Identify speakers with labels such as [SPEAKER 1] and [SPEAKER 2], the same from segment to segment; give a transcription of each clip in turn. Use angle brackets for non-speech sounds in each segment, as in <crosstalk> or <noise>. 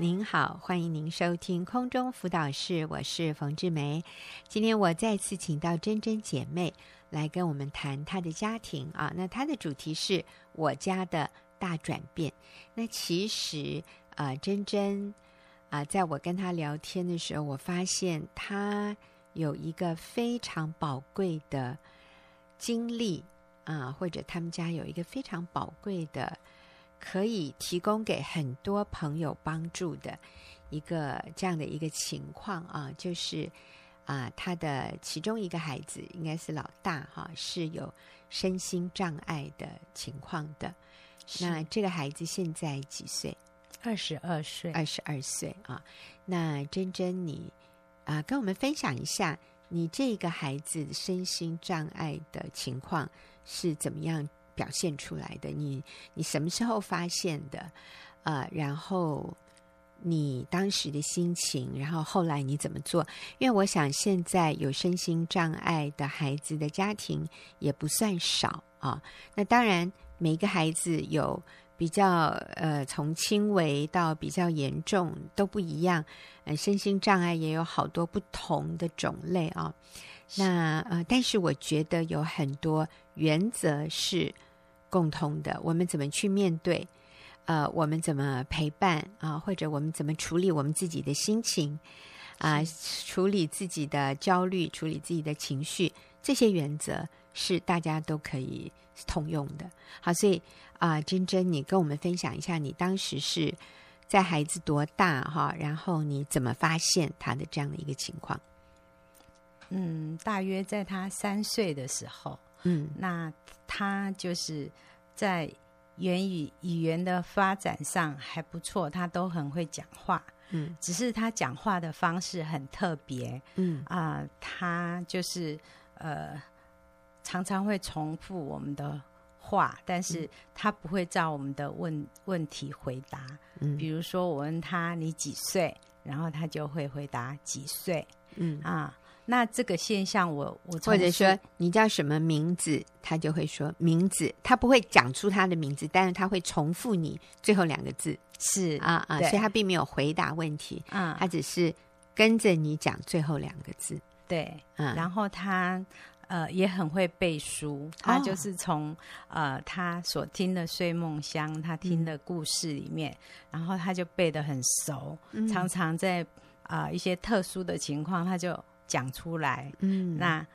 [SPEAKER 1] 您好，欢迎您收听空中辅导室，我是冯志梅。今天我再次请到珍珍姐妹来跟我们谈她的家庭啊，那她的主题是我家的大转变。那其实啊、呃珍珍啊、在我跟她聊天的时候，我发现她有一个非常宝贵的经历啊、或者他们家有一个非常宝贵的可以提供给很多朋友帮助的一个这样的一个情况啊，就是啊，他的其中一个孩子应该是老大哈、是有身心障碍的情况的。那这个孩子现在几岁？
[SPEAKER 2] 二十二岁，
[SPEAKER 1] 二十二岁啊。那珍珍你，啊，跟我们分享一下你这个孩子身心障碍的情况是怎么样表现出来的？你你什么时候发现的？呃，然后你当时的心情，然后后来你怎么做？因为我想现在有身心障碍的孩子的家庭也不算少啊。那当然，每个孩子有比较呃，从轻微到比较严重都不一样。呃，身心障碍也有好多不同的种类啊。那呃，但是我觉得有很多原则是共通的，我们怎么去面对？呃，我们怎么陪伴啊、或者我们怎么处理我们自己的心情啊、处理自己的焦虑，处理自己的情绪，这些原则是大家都可以通用的。好，所以啊、珍珍，你跟我们分享一下，你当时是在孩子多大哈？然后你怎么发现他的这样的一个情况？
[SPEAKER 2] 嗯，大约在他三岁的时候，
[SPEAKER 1] 嗯
[SPEAKER 2] 那他就是在言语语言的发展上还不错，他都很会讲话，
[SPEAKER 1] 嗯
[SPEAKER 2] 只是他讲话的方式很特别
[SPEAKER 1] 嗯
[SPEAKER 2] 啊、他就是呃常常会重复我们的话，但是他不会照我们的问问题回答，
[SPEAKER 1] 嗯
[SPEAKER 2] 比如说我问他你几岁，然后他就会回答几岁。
[SPEAKER 1] 嗯，
[SPEAKER 2] 啊，那这个现象我，我从
[SPEAKER 1] 或者
[SPEAKER 2] 事
[SPEAKER 1] 说你叫什么名字，他就会说名字，他不会讲出他的名字，但是他会重复你最后两个字
[SPEAKER 2] 是
[SPEAKER 1] 啊啊，
[SPEAKER 2] 嗯对
[SPEAKER 1] 所以他并没有回答问题，
[SPEAKER 2] 啊、
[SPEAKER 1] 他只是跟着你讲最后两个字
[SPEAKER 2] 对，
[SPEAKER 1] 啊。
[SPEAKER 2] 然后他呃也很会背书，他
[SPEAKER 1] 哦
[SPEAKER 2] 就是从、呃他所听的《睡梦乡》，他
[SPEAKER 1] 嗯
[SPEAKER 2] 听的故事里面，然后他就背得很熟，
[SPEAKER 1] 嗯
[SPEAKER 2] 常常在啊、一些特殊的情况，他就讲出来。
[SPEAKER 1] 嗯，
[SPEAKER 2] 那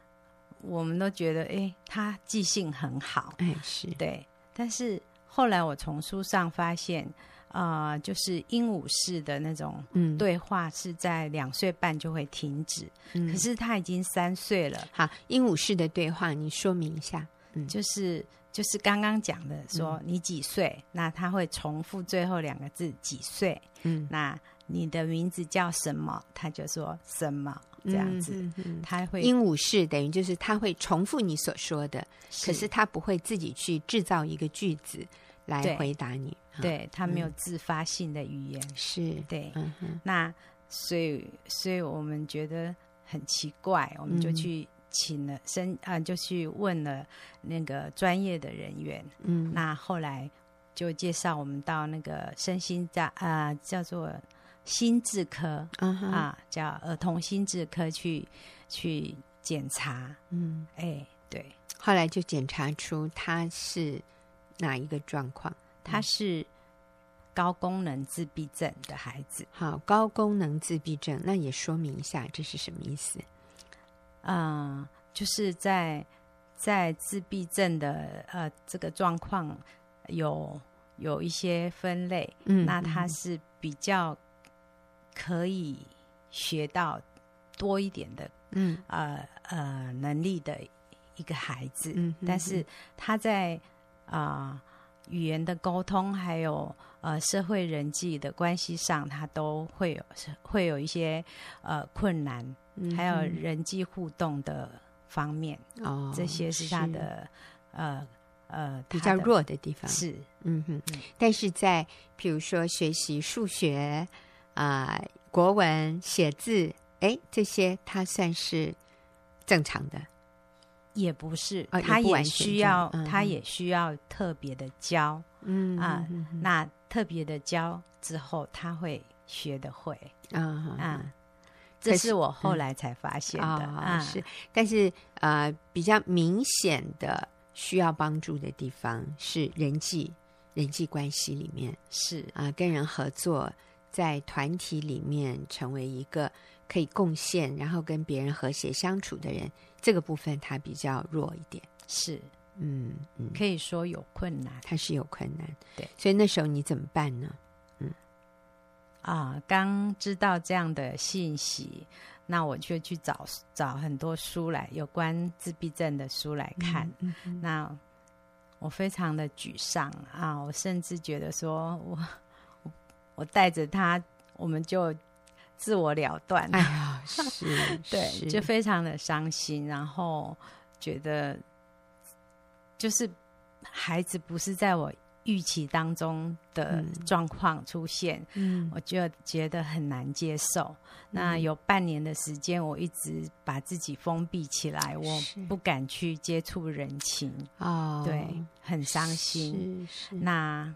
[SPEAKER 2] 我们都觉得，诶，他记性很好，
[SPEAKER 1] 哎是
[SPEAKER 2] 对，但是后来我从书上发现，呃，就是鹦鹉式的那种
[SPEAKER 1] 嗯，
[SPEAKER 2] 对话是在两岁半就会停止，
[SPEAKER 1] 嗯
[SPEAKER 2] 可是他已经三岁了，
[SPEAKER 1] 好，鹦鹉式的对话，你说明一下。
[SPEAKER 2] 就是就是刚刚讲
[SPEAKER 1] 嗯
[SPEAKER 2] 的说、你几岁，那他会重复最后两个字几岁，
[SPEAKER 1] 嗯，
[SPEAKER 2] 那你的名字叫什么，他就说什么这样子，
[SPEAKER 1] 嗯，嗯嗯
[SPEAKER 2] 他会
[SPEAKER 1] 鹦鹉式等于就是他会重复你所说的，可是他不会自己去制造一个句子来
[SPEAKER 2] 对
[SPEAKER 1] 回答你。啊，
[SPEAKER 2] 对他没有
[SPEAKER 1] 嗯
[SPEAKER 2] 自发性的语言，
[SPEAKER 1] 是，
[SPEAKER 2] 对，
[SPEAKER 1] 嗯哼，
[SPEAKER 2] 那所以，所以我们觉得很奇怪，我们就
[SPEAKER 1] 嗯
[SPEAKER 2] 去请了申啊、就去问了那个专业的人员。
[SPEAKER 1] 嗯，
[SPEAKER 2] 那后来就介绍我们到那个身心障啊、叫做心智科、
[SPEAKER 1] 啊哈，
[SPEAKER 2] 啊，叫儿童心智科去去检查。
[SPEAKER 1] 嗯，
[SPEAKER 2] 哎，对，
[SPEAKER 1] 后来就检查出他是哪一个状况。
[SPEAKER 2] 他
[SPEAKER 1] 嗯
[SPEAKER 2] 是高功能自闭症的孩子。
[SPEAKER 1] 好，高功能自闭症，那也说明一下这是什么意思？
[SPEAKER 2] 嗯，就是在在自闭症的呃这个状况有有一些分类，
[SPEAKER 1] 嗯
[SPEAKER 2] 那
[SPEAKER 1] 嗯
[SPEAKER 2] 他是比较可以学到多一点的
[SPEAKER 1] 嗯
[SPEAKER 2] 呃呃能力的一个孩子，
[SPEAKER 1] 嗯，嗯
[SPEAKER 2] 但是他在啊、语言的沟通，还有呃社会人际的关系上，他都会有会有一些呃困难。
[SPEAKER 1] 嗯
[SPEAKER 2] 还有
[SPEAKER 1] 嗯
[SPEAKER 2] 人际互动的方面，
[SPEAKER 1] 哦，
[SPEAKER 2] 这些是他的呃呃
[SPEAKER 1] 比
[SPEAKER 2] 他
[SPEAKER 1] 较
[SPEAKER 2] 的
[SPEAKER 1] 弱的地方。
[SPEAKER 2] 是
[SPEAKER 1] 嗯哼
[SPEAKER 2] 嗯，
[SPEAKER 1] 但是在比如说学习数学啊、国文、写字，哎，这些它算是正常的。
[SPEAKER 2] 也不是，
[SPEAKER 1] 啊也
[SPEAKER 2] 他
[SPEAKER 1] 不完全
[SPEAKER 2] 需
[SPEAKER 1] 这样
[SPEAKER 2] 要、
[SPEAKER 1] 嗯
[SPEAKER 2] 他
[SPEAKER 1] 嗯
[SPEAKER 2] 也需要特别的教，
[SPEAKER 1] 嗯
[SPEAKER 2] 啊
[SPEAKER 1] 嗯嗯嗯
[SPEAKER 2] 那特别的教之后，他会学得会
[SPEAKER 1] 啊
[SPEAKER 2] 啊
[SPEAKER 1] 啊。
[SPEAKER 2] 这
[SPEAKER 1] 可
[SPEAKER 2] 是
[SPEAKER 1] 是
[SPEAKER 2] 我后来才发现的
[SPEAKER 1] 啊、
[SPEAKER 2] 啊，
[SPEAKER 1] 是，但是呃，比较明显的需要帮助的地方是人际人际关系里面
[SPEAKER 2] 是
[SPEAKER 1] 啊、跟人合作，在团体里面成为一个可以贡献，然后跟别人和谐相处的人，这个部分他比较弱一点。
[SPEAKER 2] 是，
[SPEAKER 1] 嗯嗯，
[SPEAKER 2] 可以说有困难
[SPEAKER 1] 他是有困难，
[SPEAKER 2] 对，
[SPEAKER 1] 所以那时候你怎么办呢？
[SPEAKER 2] 啊。刚知道这样的信息，那我就去找找很多书来有关自闭症的书来看。
[SPEAKER 1] 嗯嗯
[SPEAKER 2] 那我非常的沮丧啊，我甚至觉得说我我带着他，我们就自我了断。
[SPEAKER 1] 哎呀，是，
[SPEAKER 2] <laughs> 对，
[SPEAKER 1] 是
[SPEAKER 2] 就非常的伤心，然后觉得就是孩子不是在我预期当中的
[SPEAKER 1] 嗯
[SPEAKER 2] 状况出现，
[SPEAKER 1] 嗯
[SPEAKER 2] 我就觉得很难接受。那
[SPEAKER 1] 嗯
[SPEAKER 2] 有半年的时间，我一直把自己封闭起来，我
[SPEAKER 1] 是
[SPEAKER 2] 不敢去接触人情，
[SPEAKER 1] 哦，
[SPEAKER 2] 对，很伤心。
[SPEAKER 1] 是，是
[SPEAKER 2] 那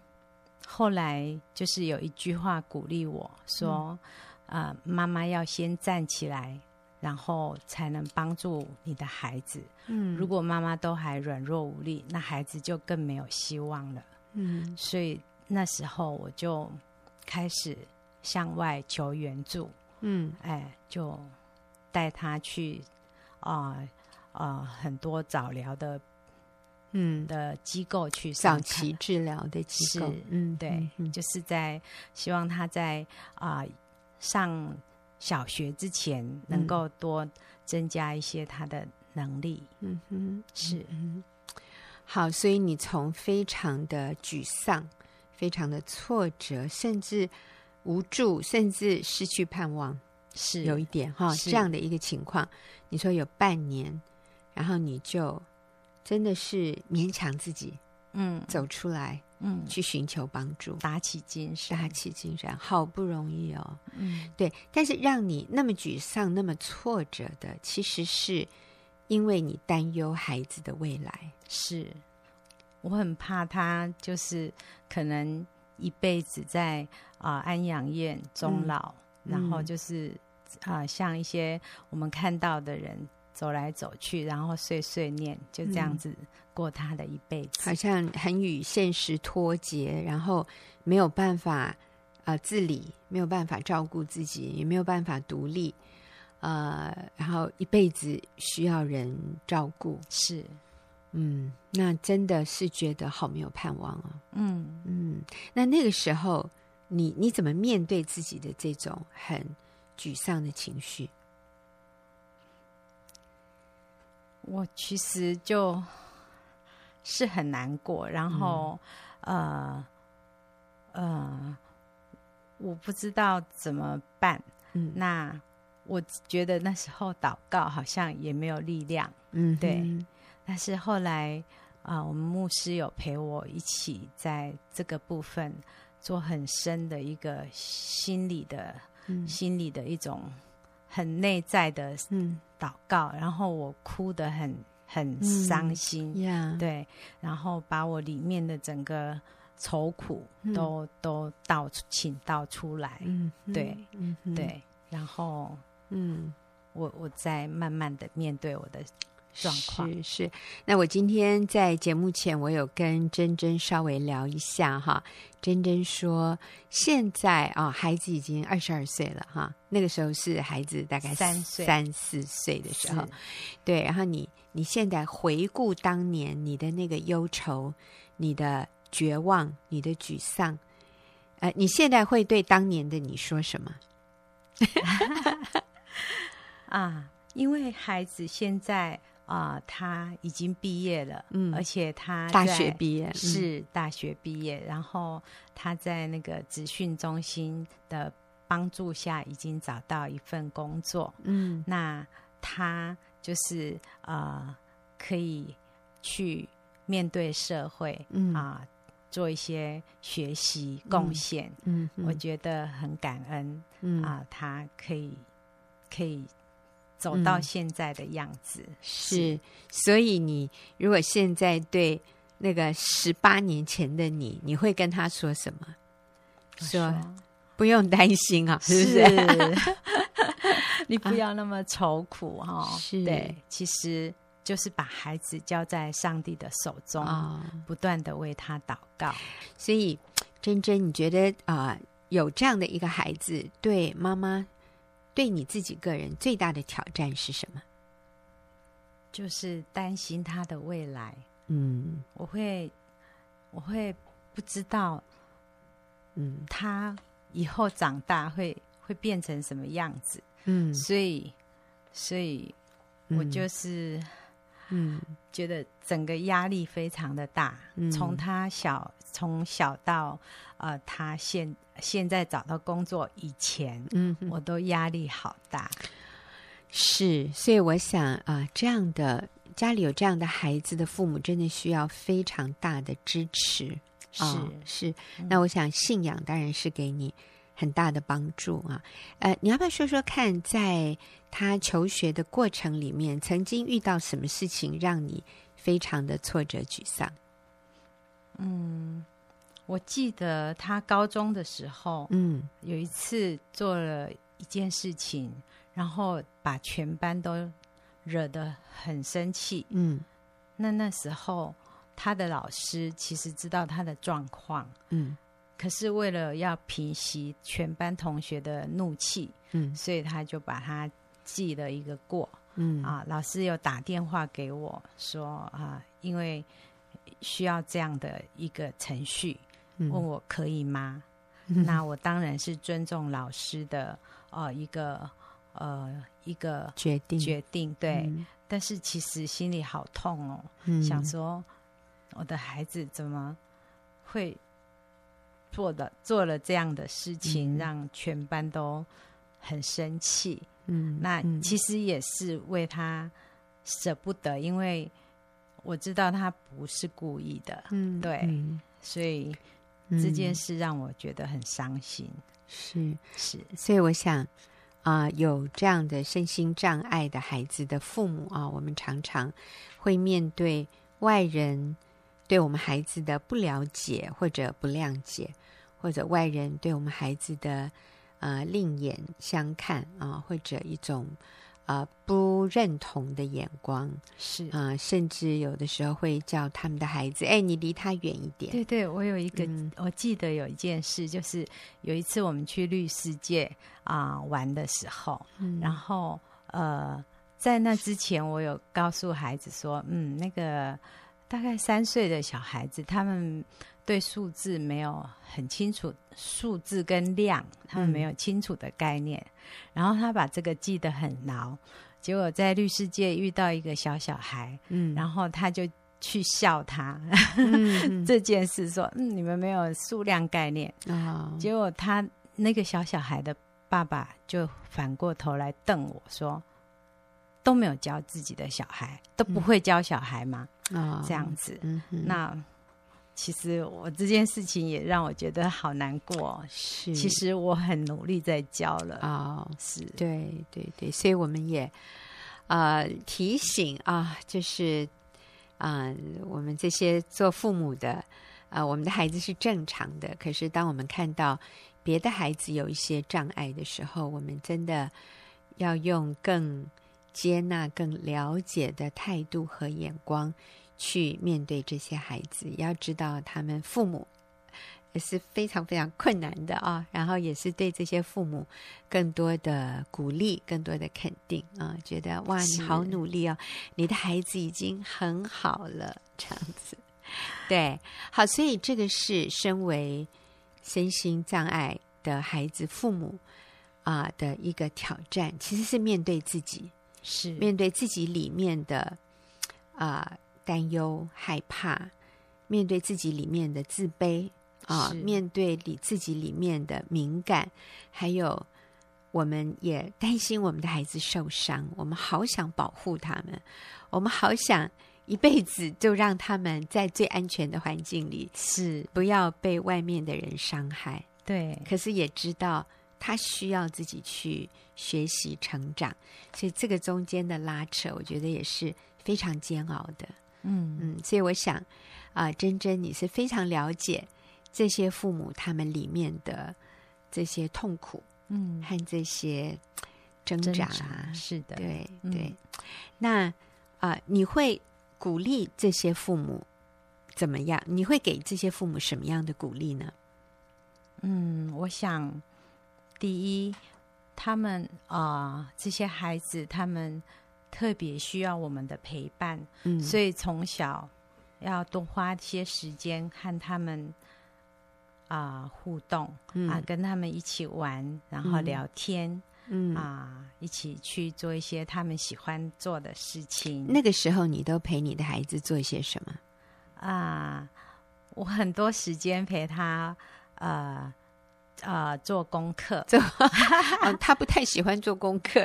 [SPEAKER 2] 后来就是有一句话鼓励我
[SPEAKER 1] 嗯
[SPEAKER 2] 说：“啊、妈妈要先站起来，然后才能帮助你的孩子。
[SPEAKER 1] 嗯
[SPEAKER 2] 如果妈妈都还软弱无力，那孩子就更没有希望了。
[SPEAKER 1] 嗯
[SPEAKER 2] 所以那时候我就开始向外求援助，
[SPEAKER 1] 嗯
[SPEAKER 2] 哎，就带他去啊啊、呃很多早疗的
[SPEAKER 1] 嗯，
[SPEAKER 2] 的机构去上
[SPEAKER 1] 早
[SPEAKER 2] 课
[SPEAKER 1] 期治疗的机构
[SPEAKER 2] 是，
[SPEAKER 1] 嗯，
[SPEAKER 2] 对，
[SPEAKER 1] 嗯
[SPEAKER 2] 就是在希望他在啊、上小学之前能够多增加一些他的能力。
[SPEAKER 1] 嗯哼，
[SPEAKER 2] 是
[SPEAKER 1] 嗯哼好，所以你从非常的沮丧、非常的挫折，甚至无助，甚至失去盼望，
[SPEAKER 2] 是
[SPEAKER 1] 有一点哈
[SPEAKER 2] 是
[SPEAKER 1] 这样的一个情况，你说有半年，然后你就真的是勉强自己
[SPEAKER 2] 嗯
[SPEAKER 1] 走出来，
[SPEAKER 2] 嗯，
[SPEAKER 1] 去寻求帮助。
[SPEAKER 2] 打起精神，
[SPEAKER 1] 打起精神，好不容易哦，
[SPEAKER 2] 嗯
[SPEAKER 1] 对，但是让你那么沮丧、那么挫折的，其实是因为你担忧孩子的未来。
[SPEAKER 2] 是，我很怕他就是可能一辈子在啊、安养院终
[SPEAKER 1] 嗯
[SPEAKER 2] 老，然后
[SPEAKER 1] 嗯
[SPEAKER 2] 就是啊、像一些我们看到的人。走来走去，然后碎碎念，就这样
[SPEAKER 1] 嗯
[SPEAKER 2] 子过他的一辈子。
[SPEAKER 1] 好像很与现实脱节，然后没有办法呃自理，没有办法照顾自己，也没有办法独立，呃，然后一辈子需要人照顾，
[SPEAKER 2] 是，
[SPEAKER 1] 嗯，那真的是觉得好没有盼望哦，
[SPEAKER 2] 嗯，
[SPEAKER 1] 嗯，那那个时候你你怎么面对自己的这种很沮丧的情绪？
[SPEAKER 2] 我其实就是很难过，然后、呃呃，我不知道怎么办。
[SPEAKER 1] 嗯
[SPEAKER 2] 那我觉得那时候祷告好像也没有力量，
[SPEAKER 1] 嗯哼，
[SPEAKER 2] 对但是后来啊、我们牧师有陪我一起在这个部分做很深的一个心理的、
[SPEAKER 1] 嗯
[SPEAKER 2] 心理的一种很内在的
[SPEAKER 1] 嗯
[SPEAKER 2] 祷告，然后我哭得很很
[SPEAKER 1] 嗯
[SPEAKER 2] 伤心，
[SPEAKER 1] 呀，
[SPEAKER 2] 对，然后把我里面的整个愁苦
[SPEAKER 1] 嗯
[SPEAKER 2] 都、都道出请道出来，
[SPEAKER 1] 嗯哼
[SPEAKER 2] 对，
[SPEAKER 1] 嗯哼，
[SPEAKER 2] 对，然后
[SPEAKER 1] 嗯，
[SPEAKER 2] 我我再慢慢的面对我的，状况
[SPEAKER 1] 是是。那我今天在节目前，我有跟珍珍稍微聊一下哈。珍珍说，现在啊、孩子已经二十二岁了哈，那个时候是孩子大概
[SPEAKER 2] 三岁
[SPEAKER 1] 三四岁的时候，对，然后你你现在回顾当年你的那个忧愁、你的绝望、你的沮丧，呃，你现在会对当年的你说什么？
[SPEAKER 2] 啊，因为孩子现在啊、他已经毕业了，
[SPEAKER 1] 嗯
[SPEAKER 2] 而且他
[SPEAKER 1] 大学
[SPEAKER 2] 在
[SPEAKER 1] 毕业嗯
[SPEAKER 2] 啊是大学毕业，然后他在那个职训中心的帮助下，已经找到一份工作。
[SPEAKER 1] 嗯
[SPEAKER 2] 那他就是呃，可以去面对社会
[SPEAKER 1] 嗯
[SPEAKER 2] 啊、做一些学习贡献，
[SPEAKER 1] 嗯，
[SPEAKER 2] 我觉得很感恩
[SPEAKER 1] 嗯
[SPEAKER 2] 啊、他可以可以走到
[SPEAKER 1] 嗯
[SPEAKER 2] 现在的样子。
[SPEAKER 1] 是，所以你如果现在对那个十八年前的你，你会跟他说什么？
[SPEAKER 2] 我
[SPEAKER 1] 说
[SPEAKER 2] 说
[SPEAKER 1] 不用担心啊，是不是？
[SPEAKER 2] 是， <laughs> 你不要那么愁苦哈、
[SPEAKER 1] 是
[SPEAKER 2] 对，其实就是把孩子交在上帝的手中，
[SPEAKER 1] 啊、
[SPEAKER 2] 不断的为他祷告。
[SPEAKER 1] 所以珍珍，你觉得啊、有这样的一个孩子，对妈妈，对你自己个人最大的挑战是什么？
[SPEAKER 2] 就是担心他的未来，
[SPEAKER 1] 嗯
[SPEAKER 2] 我会，我会不知道
[SPEAKER 1] 嗯
[SPEAKER 2] 他以后长大会会变成什么样子，
[SPEAKER 1] 嗯，
[SPEAKER 2] 所以，所以我
[SPEAKER 1] 嗯
[SPEAKER 2] 就是
[SPEAKER 1] 嗯
[SPEAKER 2] 觉得整个压力非常的大，
[SPEAKER 1] 嗯
[SPEAKER 2] 从他小从小到呃他现现在找到工作以前，
[SPEAKER 1] 嗯，嗯
[SPEAKER 2] 我都压力好大，
[SPEAKER 1] 是，所以我想啊、这样的家里有这样的孩子的父母，真的需要非常大的支持。
[SPEAKER 2] 是、
[SPEAKER 1] 哦是，那我想信仰当然是给你很大的帮助啊。呃，你要不要说说看，在他求学的过程里面，曾经遇到什么事情让你非常的挫折沮丧？
[SPEAKER 2] 嗯我记得他高中的时候，
[SPEAKER 1] 嗯
[SPEAKER 2] 有一次做了一件事情，然后把全班都惹得很生气。
[SPEAKER 1] 嗯
[SPEAKER 2] 那那时候他的老师其实知道他的状况，
[SPEAKER 1] 嗯
[SPEAKER 2] 可是为了要平息全班同学的怒气，
[SPEAKER 1] 嗯
[SPEAKER 2] 所以他就把他记了一个过。
[SPEAKER 1] 嗯
[SPEAKER 2] 啊，老师有打电话给我说啊，因为需要这样的一个程序，
[SPEAKER 1] 嗯
[SPEAKER 2] 问我可以吗？那我当然是尊重老师的呃一个呃一个
[SPEAKER 1] 决定
[SPEAKER 2] 决定，对。
[SPEAKER 1] 嗯
[SPEAKER 2] 但是其实心里好痛哦，
[SPEAKER 1] 嗯
[SPEAKER 2] 想说我的孩子怎么会做的做了这样的事情，
[SPEAKER 1] 嗯
[SPEAKER 2] 让全班都很生气。
[SPEAKER 1] 嗯
[SPEAKER 2] 那
[SPEAKER 1] 嗯
[SPEAKER 2] 其实也是为他舍不得，因为我知道他不是故意的，
[SPEAKER 1] 嗯
[SPEAKER 2] 对
[SPEAKER 1] 嗯
[SPEAKER 2] 所以这件
[SPEAKER 1] 嗯
[SPEAKER 2] 事让我觉得很伤心。
[SPEAKER 1] 是
[SPEAKER 2] 是，
[SPEAKER 1] 所以我想啊、有这样的身心障碍的孩子的父母啊，我们常常会面对外人对我们孩子的不了解或者不谅解，或者外人对我们孩子的呃另眼相看啊，或者一种呃不认同的眼光
[SPEAKER 2] 是，
[SPEAKER 1] 啊、甚至有的时候会叫他们的孩子，哎，你离他远一点。
[SPEAKER 2] 对对，我有一个，
[SPEAKER 1] 嗯
[SPEAKER 2] 我记得有一件事，就是有一次我们去绿世界啊、玩的时候，
[SPEAKER 1] 嗯
[SPEAKER 2] 然后呃，在那之前，我有告诉孩子说，嗯，那个大概三岁的小孩子，他们对数字没有很清楚，数字跟量，他
[SPEAKER 1] 嗯
[SPEAKER 2] 们没有清楚的概念。然后他把这个记得很牢，结果在绿世界遇到一个小小孩，
[SPEAKER 1] 嗯
[SPEAKER 2] 然后他就去笑他
[SPEAKER 1] 嗯
[SPEAKER 2] 这件事，说，嗯，你们没有数量概念。
[SPEAKER 1] 嗯啊
[SPEAKER 2] 结果他那个小小孩的爸爸就反过头来瞪我说：“都没有教自己的小孩，都不会教小孩吗？
[SPEAKER 1] 啊
[SPEAKER 2] 这样子。
[SPEAKER 1] 嗯哼
[SPEAKER 2] 那其实我这件事情也让我觉得好难过。哦
[SPEAKER 1] 是
[SPEAKER 2] 其实我很努力在教了，
[SPEAKER 1] 嗯啊、
[SPEAKER 2] 是
[SPEAKER 1] 对对对，所以我们也呃提醒啊，就是嗯、我们这些做父母的啊、我们的孩子是正常的，可是当我们看到别的孩子有一些障碍的时候，我们真的要用更接纳、更了解的态度和眼光去面对这些孩子，也要知道他们父母。也是非常非常困难的啊，然后也是对这些父母更多的鼓励，更多的肯定啊，觉得哇，你
[SPEAKER 2] 是
[SPEAKER 1] 好努力哦，你的孩子已经很好了，这样子。对，好，所以这个是身为身心障碍的孩子父母啊、的一个挑战，其实是面对自己，
[SPEAKER 2] 是
[SPEAKER 1] 面对自己里面的啊、担忧、害怕，面对自己里面的自卑啊、
[SPEAKER 2] 是
[SPEAKER 1] 面对你自己里面的敏感，还有我们也担心我们的孩子受伤，我们好想保护他们，我们好想一辈子就让他们在最安全的环境里，
[SPEAKER 2] 是，
[SPEAKER 1] 不要被外面的人伤害。
[SPEAKER 2] 对
[SPEAKER 1] 可是也知道他需要自己去学习成长，所以这个中间的拉扯，我觉得也是非常煎熬的。
[SPEAKER 2] 嗯
[SPEAKER 1] 嗯，所以我想啊、珍珍你是非常了解这些父母他们里面的这些痛苦
[SPEAKER 2] 嗯，
[SPEAKER 1] 和这些挣
[SPEAKER 2] 挣
[SPEAKER 1] 扎
[SPEAKER 2] 扎
[SPEAKER 1] 啊，
[SPEAKER 2] 嗯是的，
[SPEAKER 1] 对
[SPEAKER 2] 嗯
[SPEAKER 1] 对，那啊、你会鼓励这些父母怎么样？你会给这些父母什么样的鼓励呢？
[SPEAKER 2] 嗯，我想，第一，他们啊、呃这些孩子他们特别需要我们的陪伴，
[SPEAKER 1] 嗯，
[SPEAKER 2] 所
[SPEAKER 1] 以
[SPEAKER 2] 以从小要多花些时间和他们啊、互动
[SPEAKER 1] 嗯
[SPEAKER 2] 啊、跟他们一起玩，然后
[SPEAKER 1] 嗯
[SPEAKER 2] 聊天啊、
[SPEAKER 1] 嗯
[SPEAKER 2] 一起去做一些他们喜欢做的事情。
[SPEAKER 1] 那个时候你都陪你的孩子做些什
[SPEAKER 2] <laughs>
[SPEAKER 1] 么？
[SPEAKER 2] 啊、我很多时间陪他呃呃做功课，
[SPEAKER 1] 哦，他不太喜欢做功课，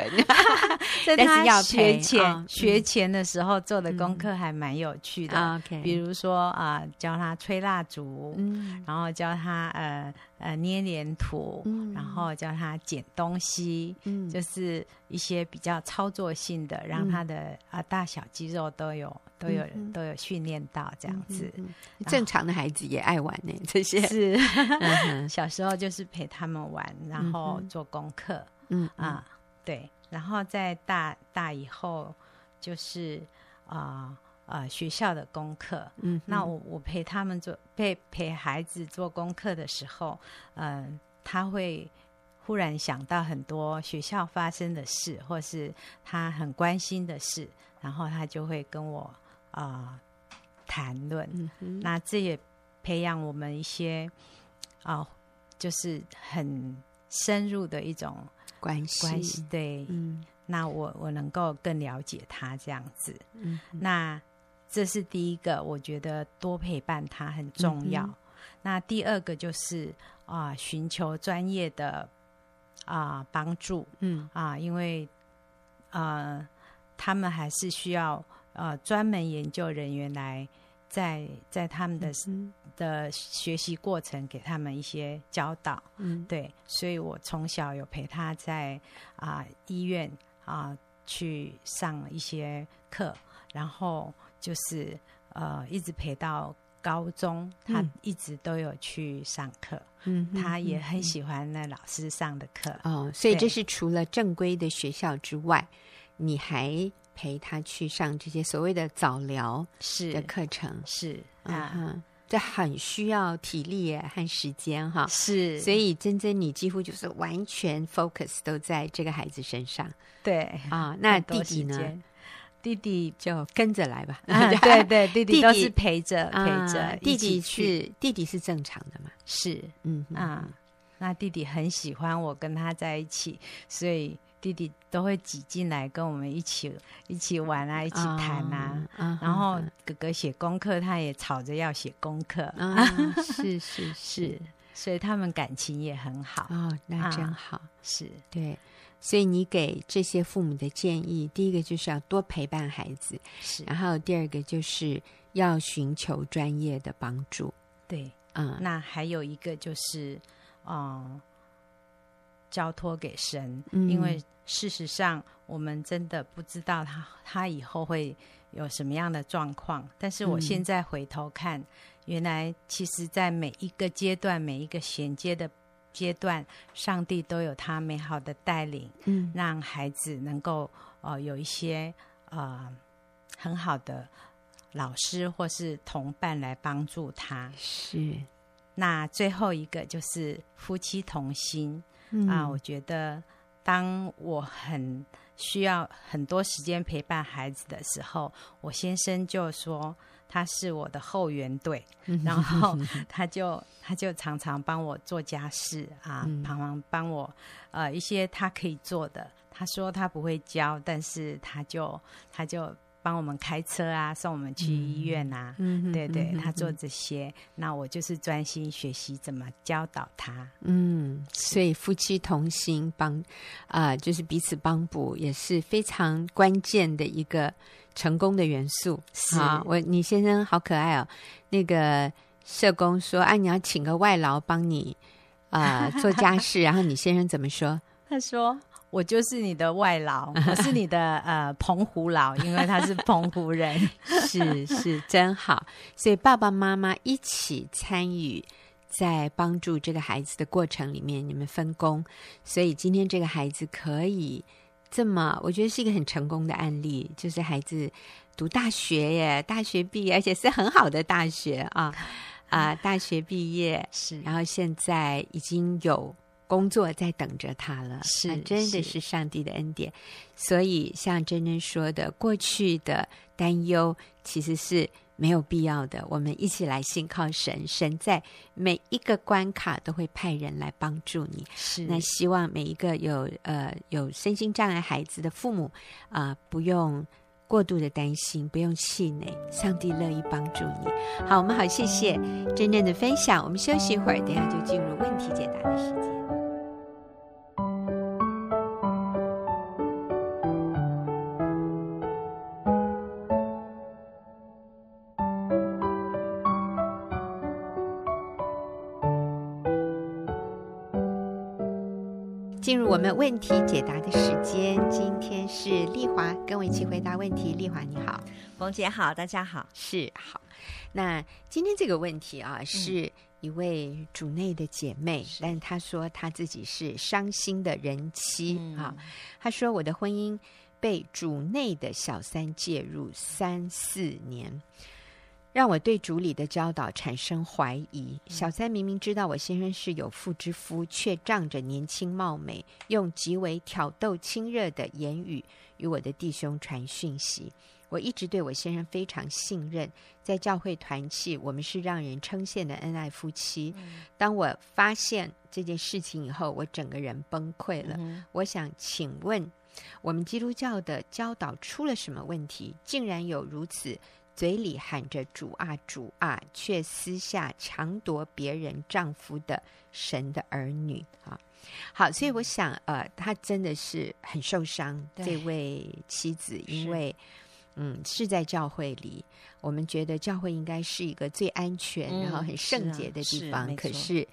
[SPEAKER 2] 在
[SPEAKER 1] 但是
[SPEAKER 2] 他
[SPEAKER 1] 要陪
[SPEAKER 2] 学前、
[SPEAKER 1] 啊嗯
[SPEAKER 2] 学前的时候做的功
[SPEAKER 1] 嗯
[SPEAKER 2] 课还蛮有趣的，
[SPEAKER 1] OK，
[SPEAKER 2] 比如说啊、教他吹蜡烛，
[SPEAKER 1] 嗯
[SPEAKER 2] 然后教他呃呃捏黏土，
[SPEAKER 1] 嗯
[SPEAKER 2] 然后教他捡东西，
[SPEAKER 1] 嗯
[SPEAKER 2] 就是一些比较操作性的，
[SPEAKER 1] 嗯
[SPEAKER 2] 让他的啊、大小肌肉都有都有、
[SPEAKER 1] 嗯哼
[SPEAKER 2] 都有训练到这样子。
[SPEAKER 1] 嗯嗯嗯正常的孩子也爱玩呢，这
[SPEAKER 2] <laughs>
[SPEAKER 1] 些
[SPEAKER 2] 是
[SPEAKER 1] <laughs> 嗯哼
[SPEAKER 2] 小时候就是陪他们玩，然
[SPEAKER 1] 嗯
[SPEAKER 2] 后
[SPEAKER 1] 哼
[SPEAKER 2] 做功课，
[SPEAKER 1] 嗯啊
[SPEAKER 2] 啊，对，然后在大大以后就是啊啊、呃学校的功课。
[SPEAKER 1] 嗯，
[SPEAKER 2] 那我我陪他们做陪陪孩子做功课的时候，嗯、他会忽然想到很多学校发生的事，或是他很关心的事，然后他就会跟我啊、呃谈论。
[SPEAKER 1] 嗯哼
[SPEAKER 2] 那这也培养我们一些啊、就是很深入的一种
[SPEAKER 1] 关系
[SPEAKER 2] 关系，对，
[SPEAKER 1] 嗯
[SPEAKER 2] 那我我能够更了解他这样子。
[SPEAKER 1] 嗯
[SPEAKER 2] 那这是第一个，我觉得多陪伴他很重要。
[SPEAKER 1] 嗯哼
[SPEAKER 2] 那第二个就是啊、寻求专业的啊、帮助
[SPEAKER 1] 嗯
[SPEAKER 2] 啊、因为呃，他们还是需要呃专门研究人员来在在他们的、
[SPEAKER 1] 嗯
[SPEAKER 2] 的学习过程给他们一些教导。
[SPEAKER 1] 嗯
[SPEAKER 2] 对，所以我从小有陪他在啊、医院啊、去上一些课，然后就是呃一直陪到高中，他
[SPEAKER 1] 嗯
[SPEAKER 2] 一直都有去上课，
[SPEAKER 1] 嗯哼
[SPEAKER 2] 他也
[SPEAKER 1] 嗯
[SPEAKER 2] 很喜欢那老师上的课。
[SPEAKER 1] 哦，所以这
[SPEAKER 2] 对
[SPEAKER 1] 是除了正规的学校之外，你还陪他去上这些所谓的早疗的
[SPEAKER 2] 是
[SPEAKER 1] 课程
[SPEAKER 2] 是
[SPEAKER 1] 啊
[SPEAKER 2] 啊，
[SPEAKER 1] 哈，这很需要体力耶和时间哈。
[SPEAKER 2] 是，
[SPEAKER 1] 嗯所以，珍珍，你几乎就是完全 focus 都在这个孩子身上
[SPEAKER 2] 对，
[SPEAKER 1] 啊。那
[SPEAKER 2] 很
[SPEAKER 1] 弟
[SPEAKER 2] 哎多
[SPEAKER 1] 弟
[SPEAKER 2] 时
[SPEAKER 1] 呢，。
[SPEAKER 2] 间？弟弟
[SPEAKER 1] <laughs> 就跟着来吧。
[SPEAKER 2] <laughs>
[SPEAKER 1] <laughs>
[SPEAKER 2] 啊，对对，弟
[SPEAKER 1] 弟
[SPEAKER 2] 弟都
[SPEAKER 1] 弟
[SPEAKER 2] 是陪着陪
[SPEAKER 1] 啊
[SPEAKER 2] 着
[SPEAKER 1] 弟
[SPEAKER 2] 一起
[SPEAKER 1] 弟
[SPEAKER 2] 去，
[SPEAKER 1] 是弟弟是正常的嘛？
[SPEAKER 2] 是
[SPEAKER 1] 嗯
[SPEAKER 2] 啊，那弟弟很喜欢我跟他在一起，所以弟弟都会挤进来跟我们一起一起玩啊，一
[SPEAKER 1] 一
[SPEAKER 2] 起谈啊。，
[SPEAKER 1] 嗯啊
[SPEAKER 2] 然后哥哥写功课，他也吵着要写功课， <laughs>
[SPEAKER 1] 啊，是是
[SPEAKER 2] 是，所以他们感情也很好。
[SPEAKER 1] 哦，那真
[SPEAKER 2] 啊
[SPEAKER 1] 好。
[SPEAKER 2] 是
[SPEAKER 1] 对，所以你给这些父母的建议，第一个就是要多陪伴孩子，
[SPEAKER 2] 是，
[SPEAKER 1] 然后第二个就是要寻求专业的帮助。
[SPEAKER 2] 对。
[SPEAKER 1] 嗯，
[SPEAKER 2] 那还有一个就是，嗯，交托给神，
[SPEAKER 1] 嗯
[SPEAKER 2] 因为事实上我们真的不知道他他以后会有什么样的状况。但是我
[SPEAKER 1] 嗯
[SPEAKER 2] 现在回头看，原来其实，在每一个阶段、每一个衔接的阶段，上帝都有他美好的带领，
[SPEAKER 1] 嗯
[SPEAKER 2] 让孩子能够呃有一些呃很好的老师或是同伴来帮助他。
[SPEAKER 1] 是
[SPEAKER 2] 那最后一个就是夫妻同心、
[SPEAKER 1] 嗯
[SPEAKER 2] 啊，我觉得当我很需要很多时间陪伴孩子的时候，我先生就说他是我的后援队，
[SPEAKER 1] 嗯
[SPEAKER 2] 然后他就他就常常帮我做家事啊，
[SPEAKER 1] 嗯
[SPEAKER 2] 帮忙帮我呃一些他可以做的。他说他不会教，但是他就他就帮我们开车啊，送我们去医院啊，
[SPEAKER 1] 嗯
[SPEAKER 2] 对对，
[SPEAKER 1] 嗯
[SPEAKER 2] 他做
[SPEAKER 1] 嗯
[SPEAKER 2] 这些，那我就是专心学习怎么教导他。
[SPEAKER 1] 嗯，所以夫妻同心帮啊、就是彼此帮补，也是非常关键的一个成功的元素。
[SPEAKER 2] 是
[SPEAKER 1] 啊，我你先生好可爱哦。那个社工说：“啊，你要请个外劳帮你啊、做家事。”
[SPEAKER 2] <laughs>
[SPEAKER 1] 然后你先生怎么说？
[SPEAKER 2] 他说：“我就是你的外劳，我是你的呃澎湖佬，因为他是澎
[SPEAKER 1] <laughs>
[SPEAKER 2] 湖人。
[SPEAKER 1] 是是，真好。所以爸爸妈妈一起参与在帮助这个孩子的过程里面，你们分工，所以今天这个孩子可以这么，我觉得是一个很成功的案例，就是孩子读大学耶，大学毕业，而且是很好的大学啊啊、大学毕业，
[SPEAKER 3] 是
[SPEAKER 1] 然后现在已经有工作在等着他了，
[SPEAKER 3] 是
[SPEAKER 1] 那真的
[SPEAKER 3] 是
[SPEAKER 1] 是上帝的恩典。所以像珍珍说的，过去的担忧其实是没有必要的。我们一起来信靠神，神在每一个关卡都会派人来帮助你。
[SPEAKER 3] 是
[SPEAKER 1] 那希望每一个有呃有身心障碍孩子的父母啊、不用。过度的担心，不用气馁，上帝乐意帮助你。好，我们好，谢谢真正的分享。我们休息一会儿，等一下就进入问题解答的时间。进入我们问题解答的时间，今天是丽华跟我一起回答问题。丽华你好，
[SPEAKER 2] 冯姐好，大家好。
[SPEAKER 1] 是好。那今天这个问题啊，是一位主内的姐妹，
[SPEAKER 2] 是
[SPEAKER 1] 但她说她自己是伤心的人妻、啊
[SPEAKER 2] 嗯。
[SPEAKER 1] 她说我的婚姻被主内的小三介入三四年。让我对主里的教导产生怀疑。小三明明知道我先生是有妇之夫，却仗着年轻貌美，用极为挑逗亲热的言语与我的弟兄传讯息。我一直对我先生非常信任，在教会团契，我们是让人称羡的恩爱夫妻。当我发现这件事情以后，我整个人崩溃了。
[SPEAKER 2] 嗯
[SPEAKER 1] 我想请问，我们基督教的教导出了什么问题？竟然有如此嘴里喊着主啊主啊，却私下强夺别人丈夫的神的儿女啊！好，所以
[SPEAKER 2] 嗯
[SPEAKER 1] 我想，呃，他真的是很受伤，
[SPEAKER 3] 对
[SPEAKER 1] 这位妻子，因
[SPEAKER 3] 是
[SPEAKER 1] 为。嗯，是在教会里，我们觉得教会应该是一个最安全，
[SPEAKER 2] 嗯
[SPEAKER 1] 然后很圣洁的
[SPEAKER 2] 是啊
[SPEAKER 1] 地
[SPEAKER 2] 是
[SPEAKER 1] 方。
[SPEAKER 2] 没
[SPEAKER 1] 可
[SPEAKER 2] 错
[SPEAKER 1] 是，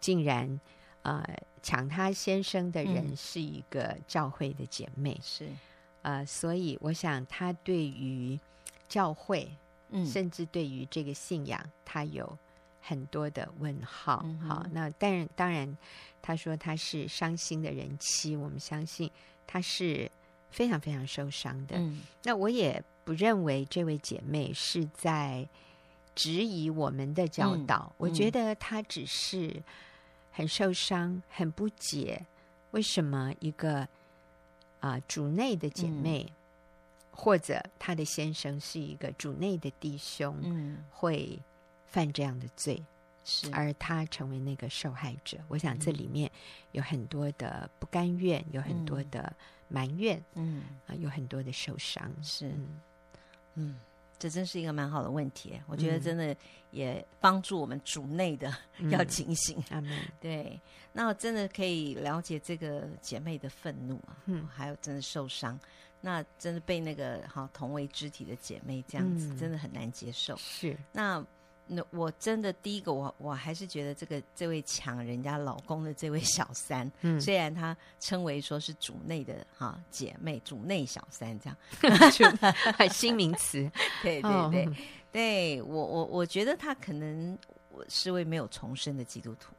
[SPEAKER 1] 竟然呃抢她先生的人
[SPEAKER 2] 嗯
[SPEAKER 1] 是一个教会的姐妹，
[SPEAKER 3] 是
[SPEAKER 1] 呃，所以我想她对于教会，
[SPEAKER 2] 嗯
[SPEAKER 1] 甚至对于这个信仰，她有很多的问号。
[SPEAKER 2] 嗯哼
[SPEAKER 1] 好，那当然，当然，她说她是伤心的人妻，我们相信她是非常非常受伤的。
[SPEAKER 2] 嗯
[SPEAKER 1] 那我也不认为这位姐妹是在质疑我们的教
[SPEAKER 2] 嗯
[SPEAKER 1] 导，我觉得她只是很受伤、很不解，为什么一个啊、主内的
[SPEAKER 2] 嗯
[SPEAKER 1] 姐妹，或者她的先生是一个主内的弟兄，
[SPEAKER 2] 嗯
[SPEAKER 1] 会犯这样的罪，
[SPEAKER 2] 是
[SPEAKER 1] 而她成为那个受害者。我想
[SPEAKER 2] 嗯
[SPEAKER 1] 这里面有很多的不甘愿，有很多
[SPEAKER 2] 嗯
[SPEAKER 1] 的埋怨
[SPEAKER 2] 嗯
[SPEAKER 1] 啊、有很多的受伤。
[SPEAKER 2] 是
[SPEAKER 1] 嗯。
[SPEAKER 2] 嗯，这真是一个蛮好的问题，我觉得
[SPEAKER 1] 嗯
[SPEAKER 2] 真的也帮助我们主内的 <laughs> 要
[SPEAKER 1] 嗯
[SPEAKER 2] 警醒。
[SPEAKER 1] 阿门，
[SPEAKER 2] 对，那我真的可以了解这个姐妹的愤怒啊，
[SPEAKER 1] 嗯
[SPEAKER 2] 还有真的受伤，那真的被那个好同为肢体的姐妹这样子，
[SPEAKER 1] 嗯
[SPEAKER 2] 真的很难接受。 <laughs>
[SPEAKER 1] 是
[SPEAKER 2] 那那我真的第一个，我我还是觉得这个这位抢人家老公的这位小三，
[SPEAKER 1] 嗯
[SPEAKER 2] 虽然她称为说是主内的哈、姐妹，主内小三这样，
[SPEAKER 1] 新名 <laughs> 词，
[SPEAKER 2] 对
[SPEAKER 1] 哦
[SPEAKER 2] 对对，对我我我觉得她可能我是位没有重生的基督徒，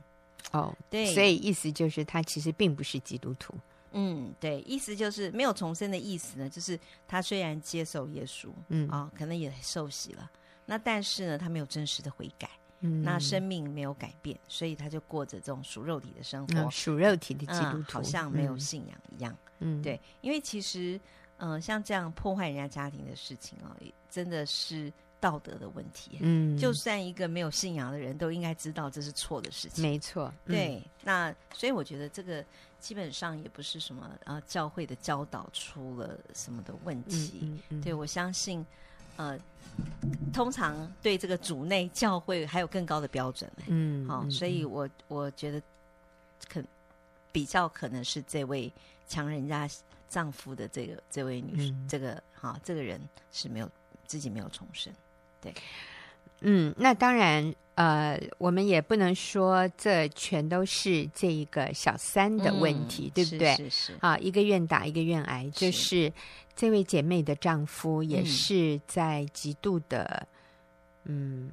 [SPEAKER 1] 哦，
[SPEAKER 2] 对，
[SPEAKER 1] 所以意思就是他其实并不是基督徒，
[SPEAKER 2] 嗯对，意思就是没有重生的意思呢，就是她虽然接受耶稣
[SPEAKER 1] 嗯
[SPEAKER 2] 啊、可能也受洗了，那但是呢，她没有真实的悔改。
[SPEAKER 1] 嗯
[SPEAKER 2] 那生命没有改变，所以他就过着这种属肉体的生活
[SPEAKER 1] 嗯，属肉体的基督
[SPEAKER 2] 嗯
[SPEAKER 1] 徒
[SPEAKER 2] 好像没有信仰一样。
[SPEAKER 1] 嗯，嗯，
[SPEAKER 2] 对，因为其实，嗯、像这样破坏人家家庭的事情哦，也真的是道德的问题。
[SPEAKER 1] 嗯，
[SPEAKER 2] 就算一个没有信仰的人都应该知道这是错的事情。
[SPEAKER 1] 没错，嗯，
[SPEAKER 2] 对，那所以我觉得这个基本上也不是什么呃教会的教导出了什么的问
[SPEAKER 1] 嗯
[SPEAKER 2] 题。
[SPEAKER 1] 嗯嗯，
[SPEAKER 2] 对，我相信，呃，通常对这个主内教会还有更高的标准、欸。
[SPEAKER 1] 嗯，
[SPEAKER 2] 好、
[SPEAKER 1] 嗯
[SPEAKER 2] 所以我我觉得可比较可能是这位强人家丈夫的这个这位女、
[SPEAKER 1] 嗯
[SPEAKER 2] 这个哈、这个人是没有自己没有重生。
[SPEAKER 1] 嗯，那当然，呃，我们也不能说这全都是这一个小三的问题，
[SPEAKER 2] 嗯
[SPEAKER 1] 对不对？
[SPEAKER 2] 是是是，
[SPEAKER 1] 啊，一个愿打，一个愿挨，就是是这位姐妹的丈夫也
[SPEAKER 2] 嗯
[SPEAKER 1] 是在极度的，嗯，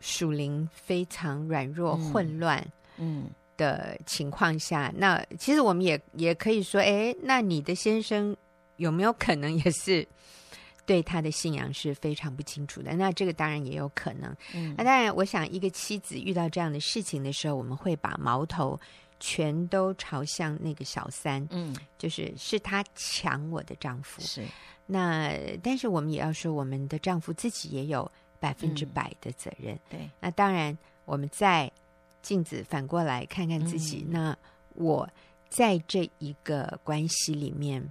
[SPEAKER 1] 属灵非常软弱、
[SPEAKER 2] 嗯
[SPEAKER 1] 混乱
[SPEAKER 2] 嗯
[SPEAKER 1] 的情况下，那其实我们也也可以说，哎，那你的先生有没有可能也是对他的信仰是非常不清楚的？那这个当然也有可能。
[SPEAKER 2] 嗯
[SPEAKER 1] 那当然，我想一个妻子遇到这样的事情的时候，我们会把矛头全都朝向那个小三，
[SPEAKER 2] 嗯，
[SPEAKER 1] 就是是他抢我的丈夫。
[SPEAKER 2] 是
[SPEAKER 1] 那但是我们也要说，我们的丈夫自己也有百分之百的责任。
[SPEAKER 2] 对，
[SPEAKER 1] 那当然，我们在镜子反过来看看自己，
[SPEAKER 2] 嗯
[SPEAKER 1] 那我在这一个关系里面，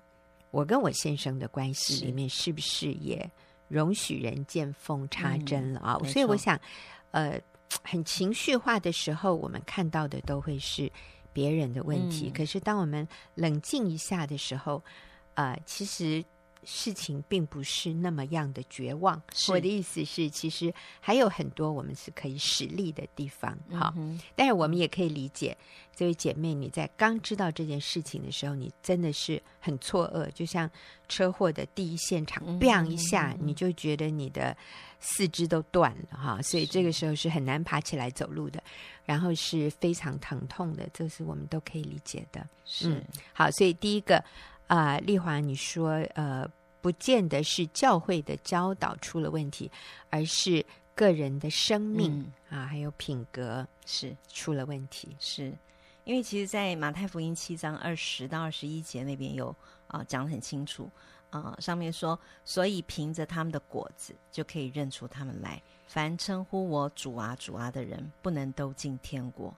[SPEAKER 1] 我跟我先生的关系
[SPEAKER 2] 是
[SPEAKER 1] 里面，是不是也容许人见缝插针了啊？
[SPEAKER 2] 嗯没
[SPEAKER 1] 所以我
[SPEAKER 2] 错
[SPEAKER 1] 想，呃，很情绪化的时候，我们看到的都会是别人的问题。
[SPEAKER 2] 嗯
[SPEAKER 1] 可是当我们冷静一下的时候，呃，其实事情并不是那么样的绝望。
[SPEAKER 2] 是
[SPEAKER 1] 我的意思是，其实还有很多我们是可以使力的地方。好，
[SPEAKER 2] 嗯哼
[SPEAKER 1] 但是我们也可以理解，这位姐妹，你在刚知道这件事情的时候，你真的是很错愕，就像车祸的第一现场
[SPEAKER 2] 嗯，
[SPEAKER 1] 砰、一下
[SPEAKER 2] 嗯，嗯
[SPEAKER 1] 你就觉得你的四肢都断了哈，所以
[SPEAKER 2] 是
[SPEAKER 1] 这个时候是很难爬起来走路的，然后是非常疼痛的，这是我们都可以理解的。
[SPEAKER 2] 是
[SPEAKER 1] 好，所以第一个啊、丽华，你说呃，不见得是教会的教导出了问题，而是个人的生命、
[SPEAKER 2] 嗯
[SPEAKER 1] 啊，还有品格
[SPEAKER 2] 是
[SPEAKER 1] 出了问题。
[SPEAKER 2] 是，因为其实，在马太福音七章二十到二十一节那边有啊、讲得很清楚啊、上面说，所以凭着他们的果子就可以认出他们来。凡称呼我主啊主啊的人，不能都进天国，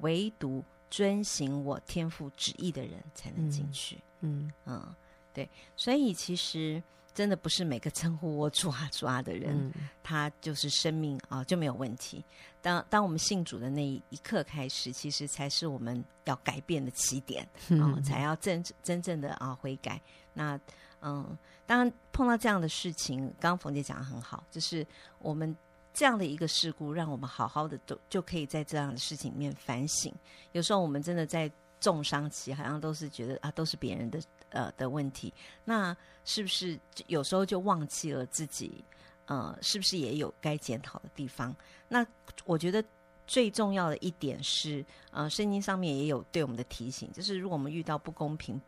[SPEAKER 2] 唯独遵行我天父旨意的人才能进
[SPEAKER 1] 嗯
[SPEAKER 2] 去。
[SPEAKER 1] 嗯
[SPEAKER 2] 嗯，对，所以其实真的不是每个称呼我主啊主啊的人，
[SPEAKER 1] 嗯
[SPEAKER 2] 他就是生命啊、就没有问题。当当我们信主的那一刻开始，其实才是我们要改变的起点啊、
[SPEAKER 1] 嗯
[SPEAKER 2] <laughs> 才要真真正的啊、悔改。那嗯，当然碰到这样的事情，刚刚冯姐讲的很好，就是我们这样的一个事故，让我们好好的都就可以在这样的事情里面反省。有时候我们真的在重伤期，好像都是觉得啊，都是别人的呃的问题。那是不是就有时候就忘记了自己？呃，是不是也有该检讨的地方？那我觉得最重要的一点是，呃，圣经上面也有对我们的提醒，就是如果我们遇到不公平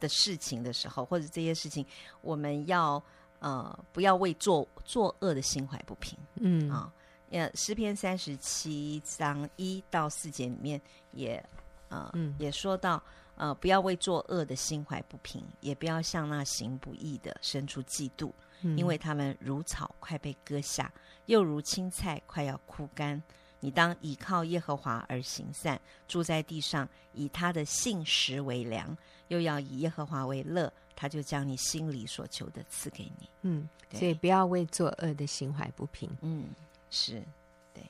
[SPEAKER 2] 的事情的时候，或者这些事情，我们要呃不要为作作恶的心怀不平。
[SPEAKER 1] 嗯
[SPEAKER 2] 啊、呃，诗篇三十七章一到四节里面也呃、
[SPEAKER 1] 嗯
[SPEAKER 2] 也说到，呃，不要为作恶的心怀不平，也不要向那行不义的生出嫉妒，
[SPEAKER 1] 嗯
[SPEAKER 2] 因为他们如草快被割下，又如青菜快要枯干。你当倚靠耶和华而行善，住在地上，以他的信实为粮，又要以耶和华为乐，他就将你心里所求的赐给你。
[SPEAKER 1] 嗯，
[SPEAKER 2] 对
[SPEAKER 1] 所以不要为作恶的心怀不平，
[SPEAKER 2] 嗯，是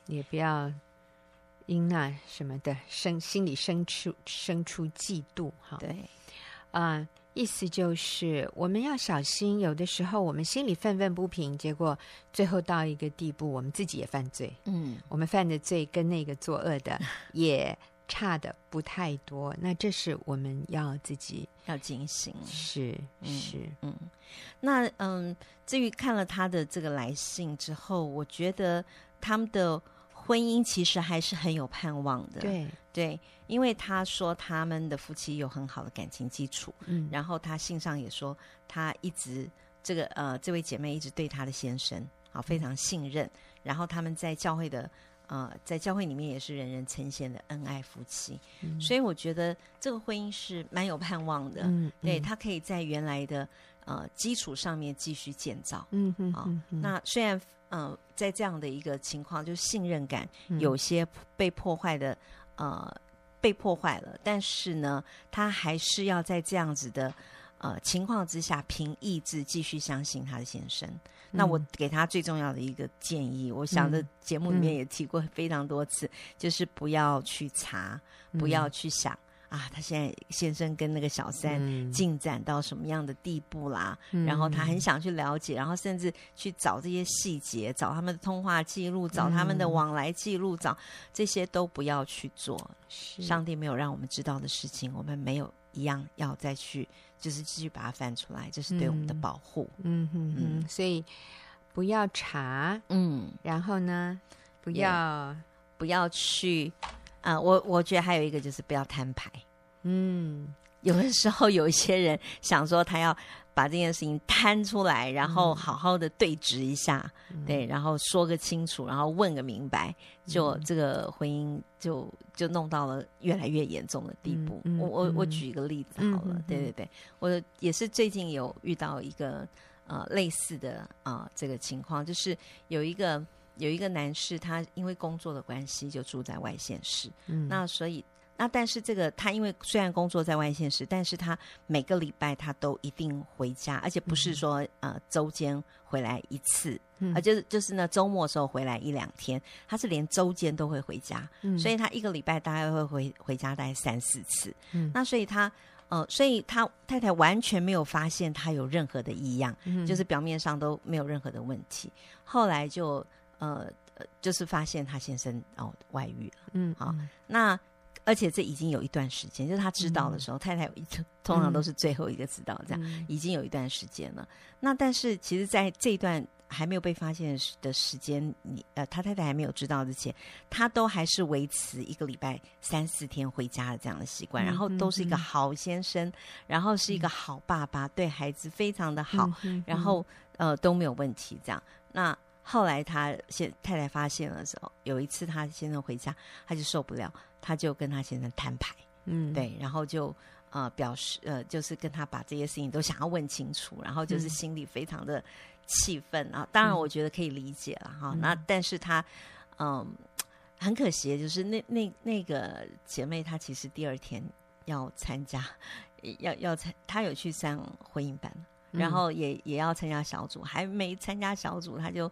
[SPEAKER 1] 也不要因那什么的生心里生出生出嫉妒哈。
[SPEAKER 2] 对，
[SPEAKER 1] 啊、意思就是我们要小心，有的时候我们心里愤愤不平，结果最后到一个地步，我们自己也犯罪，
[SPEAKER 2] 嗯，
[SPEAKER 1] 我们犯的罪跟那个作恶
[SPEAKER 2] <laughs>
[SPEAKER 1] 的也差的不太多，那这是我们要自己
[SPEAKER 2] 要警醒。
[SPEAKER 1] 是、
[SPEAKER 2] 嗯
[SPEAKER 1] 是，
[SPEAKER 2] 嗯，那嗯，至于看了他的这个来信之后，我觉得他们的婚姻其实还是很有盼望的。
[SPEAKER 1] 对，
[SPEAKER 2] 对，因为他说他们的夫妻有很好的感情基础，
[SPEAKER 1] 嗯，
[SPEAKER 2] 然后他信上也说他一直这个呃这位姐妹一直对她的先生啊非常信任，然后他们在教会的呃在教会里面也是人人称羡的恩爱夫妻，
[SPEAKER 1] 嗯
[SPEAKER 2] 所以我觉得这个婚姻是蛮有盼望的。
[SPEAKER 1] 嗯，
[SPEAKER 2] 对，
[SPEAKER 1] 嗯，
[SPEAKER 2] 它可以在原来的呃基础上面继续建造。
[SPEAKER 1] 嗯嗯
[SPEAKER 2] 啊
[SPEAKER 1] 嗯嗯，
[SPEAKER 2] 那虽然呃在这样的一个情况，就是信任感
[SPEAKER 1] 嗯
[SPEAKER 2] 有些被破坏的，呃被破坏了，但是呢，他还是要在这样子的。呃，情况之下，凭意志继续相信他的先生。那我
[SPEAKER 1] 嗯
[SPEAKER 2] 给他最重要的一个建议，我想的
[SPEAKER 1] 嗯
[SPEAKER 2] 节目里面
[SPEAKER 1] 嗯
[SPEAKER 2] 也提过非常多次，就是不要去查，
[SPEAKER 1] 嗯
[SPEAKER 2] 不要去想、啊，他现在先生跟那个小三
[SPEAKER 1] 嗯
[SPEAKER 2] 进展到什么样的地步啦，然后他很想去了解，然后甚至去找这些细节，找他们的通话记录，找他们的
[SPEAKER 1] 嗯
[SPEAKER 2] 往来记录，找这些都不要去做。
[SPEAKER 1] 是
[SPEAKER 2] 上帝没有让我们知道的事情，我们没有一样要再去，就是继续把它翻出来，这是对我们的
[SPEAKER 1] 嗯
[SPEAKER 2] 保护。
[SPEAKER 1] 嗯嗯嗯，所以不要查，
[SPEAKER 2] 嗯，
[SPEAKER 1] 然后呢，不要，
[SPEAKER 2] 不要去啊、我我觉得还有一个就是不要摊牌。
[SPEAKER 1] 嗯，
[SPEAKER 2] 有的时候有一些人想说他要把这件事情摊出来，然
[SPEAKER 1] 嗯
[SPEAKER 2] 后好好的对质一下，对，然后说个清楚，然后问个明白，
[SPEAKER 1] 嗯
[SPEAKER 2] 就这个婚姻就就弄到了越来越严重的地步。
[SPEAKER 1] 嗯嗯
[SPEAKER 2] 我我我
[SPEAKER 1] 嗯
[SPEAKER 2] 举一个例子
[SPEAKER 1] 嗯
[SPEAKER 2] 好了，
[SPEAKER 1] 嗯
[SPEAKER 2] 对
[SPEAKER 1] 嗯
[SPEAKER 2] 对对，我也是最近有遇到一个呃类似的啊、呃这个情况，就是有一个有一个男士，他因为工作的关系就住在外县市，
[SPEAKER 1] 嗯
[SPEAKER 2] 那所以，那但是这个他因为虽然工作在外县市，但是他每个礼拜他都一定回家，而且不是说、呃周间回来一次，
[SPEAKER 1] 嗯
[SPEAKER 2] 啊、就是就是呢周末的时候回来一两天，他是连周间都会回家，
[SPEAKER 1] 嗯
[SPEAKER 2] 所以他一个礼拜大概会回回家大概三四次。
[SPEAKER 1] 嗯
[SPEAKER 2] 那所以他呃，所以他太太完全没有发现他有任何的异样，
[SPEAKER 1] 嗯
[SPEAKER 2] 就是表面上都没有任何的问题。后来就呃呃，就是发现他先生哦外遇了。
[SPEAKER 1] 嗯
[SPEAKER 2] 好那而且这已经有一段时间，就是他知
[SPEAKER 1] 嗯
[SPEAKER 2] 道的时候，太太已经通常都是最后一个知道，这样、
[SPEAKER 1] 样
[SPEAKER 2] 已经有一段时间了。那但是其实，在这一段还没有被发现的时的时间，你呃，他太太还没有知道之前，他都还是维持一个礼拜三四天回家的这样的习惯，
[SPEAKER 1] 嗯
[SPEAKER 2] 然后都是一
[SPEAKER 1] 嗯
[SPEAKER 2] 个
[SPEAKER 1] 嗯
[SPEAKER 2] 好先生，然后是一个好爸爸，对孩子非常的好，，
[SPEAKER 1] 嗯
[SPEAKER 2] 然后呃都没有问题这样。那后来他先太太发现了之后，有一次他先生回家，他就受不了，他就跟他先生摊牌，
[SPEAKER 1] 嗯，
[SPEAKER 2] 对，然后就呃表示呃就是跟他把这些事情都想要问清楚，然后就是
[SPEAKER 1] 嗯
[SPEAKER 2] 心里非常的气愤啊。当然，
[SPEAKER 1] 嗯
[SPEAKER 2] 我觉得可以理解了哈。
[SPEAKER 1] 嗯
[SPEAKER 2] 那但是他嗯。很可惜，就是那那那个姐妹，她其实第二天要参加，要要参，她有去上婚姻班，
[SPEAKER 1] 嗯
[SPEAKER 2] 然后也也要参加小组，还没参加小组，他就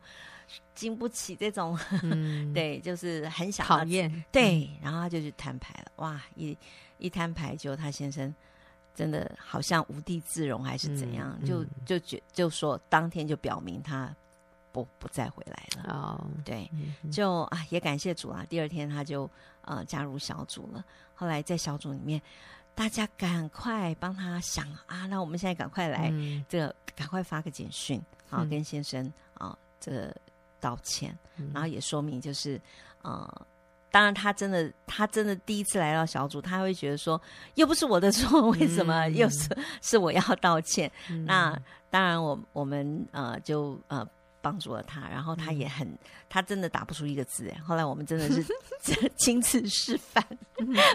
[SPEAKER 2] 经不起这种，
[SPEAKER 1] 嗯
[SPEAKER 2] <laughs> 对，就是很想要
[SPEAKER 1] 讨，厌，嗯
[SPEAKER 2] 对，然后他就去摊牌了，哇，一一摊牌，就他先生真的好像无地自容，还是怎样，
[SPEAKER 1] 嗯
[SPEAKER 2] 就
[SPEAKER 1] 嗯
[SPEAKER 2] 就觉就说当天就表明他不不再回来了，
[SPEAKER 1] 哦，
[SPEAKER 2] 对，
[SPEAKER 1] 嗯嗯
[SPEAKER 2] 就啊也感谢主啊，第二天他就呃加入小组了。后来在小组里面，大家赶快帮他想啊，那我们现在赶快来，
[SPEAKER 1] 嗯
[SPEAKER 2] 这个赶快发个简讯啊，
[SPEAKER 1] 嗯
[SPEAKER 2] 跟先生啊这个道歉，
[SPEAKER 1] 嗯
[SPEAKER 2] 然后也说明就是呃。当然，他真的，他真的第一次来到小组，他会觉得说，又不是我的错，为什么
[SPEAKER 1] 嗯
[SPEAKER 2] 又是是我要道歉？
[SPEAKER 1] 嗯
[SPEAKER 2] 那当然我，我们呃就呃帮助了他，然后他也
[SPEAKER 1] 嗯
[SPEAKER 2] 很，他真的打不出一个字哎。后来我们真的
[SPEAKER 1] <laughs>
[SPEAKER 2] 是亲自示范，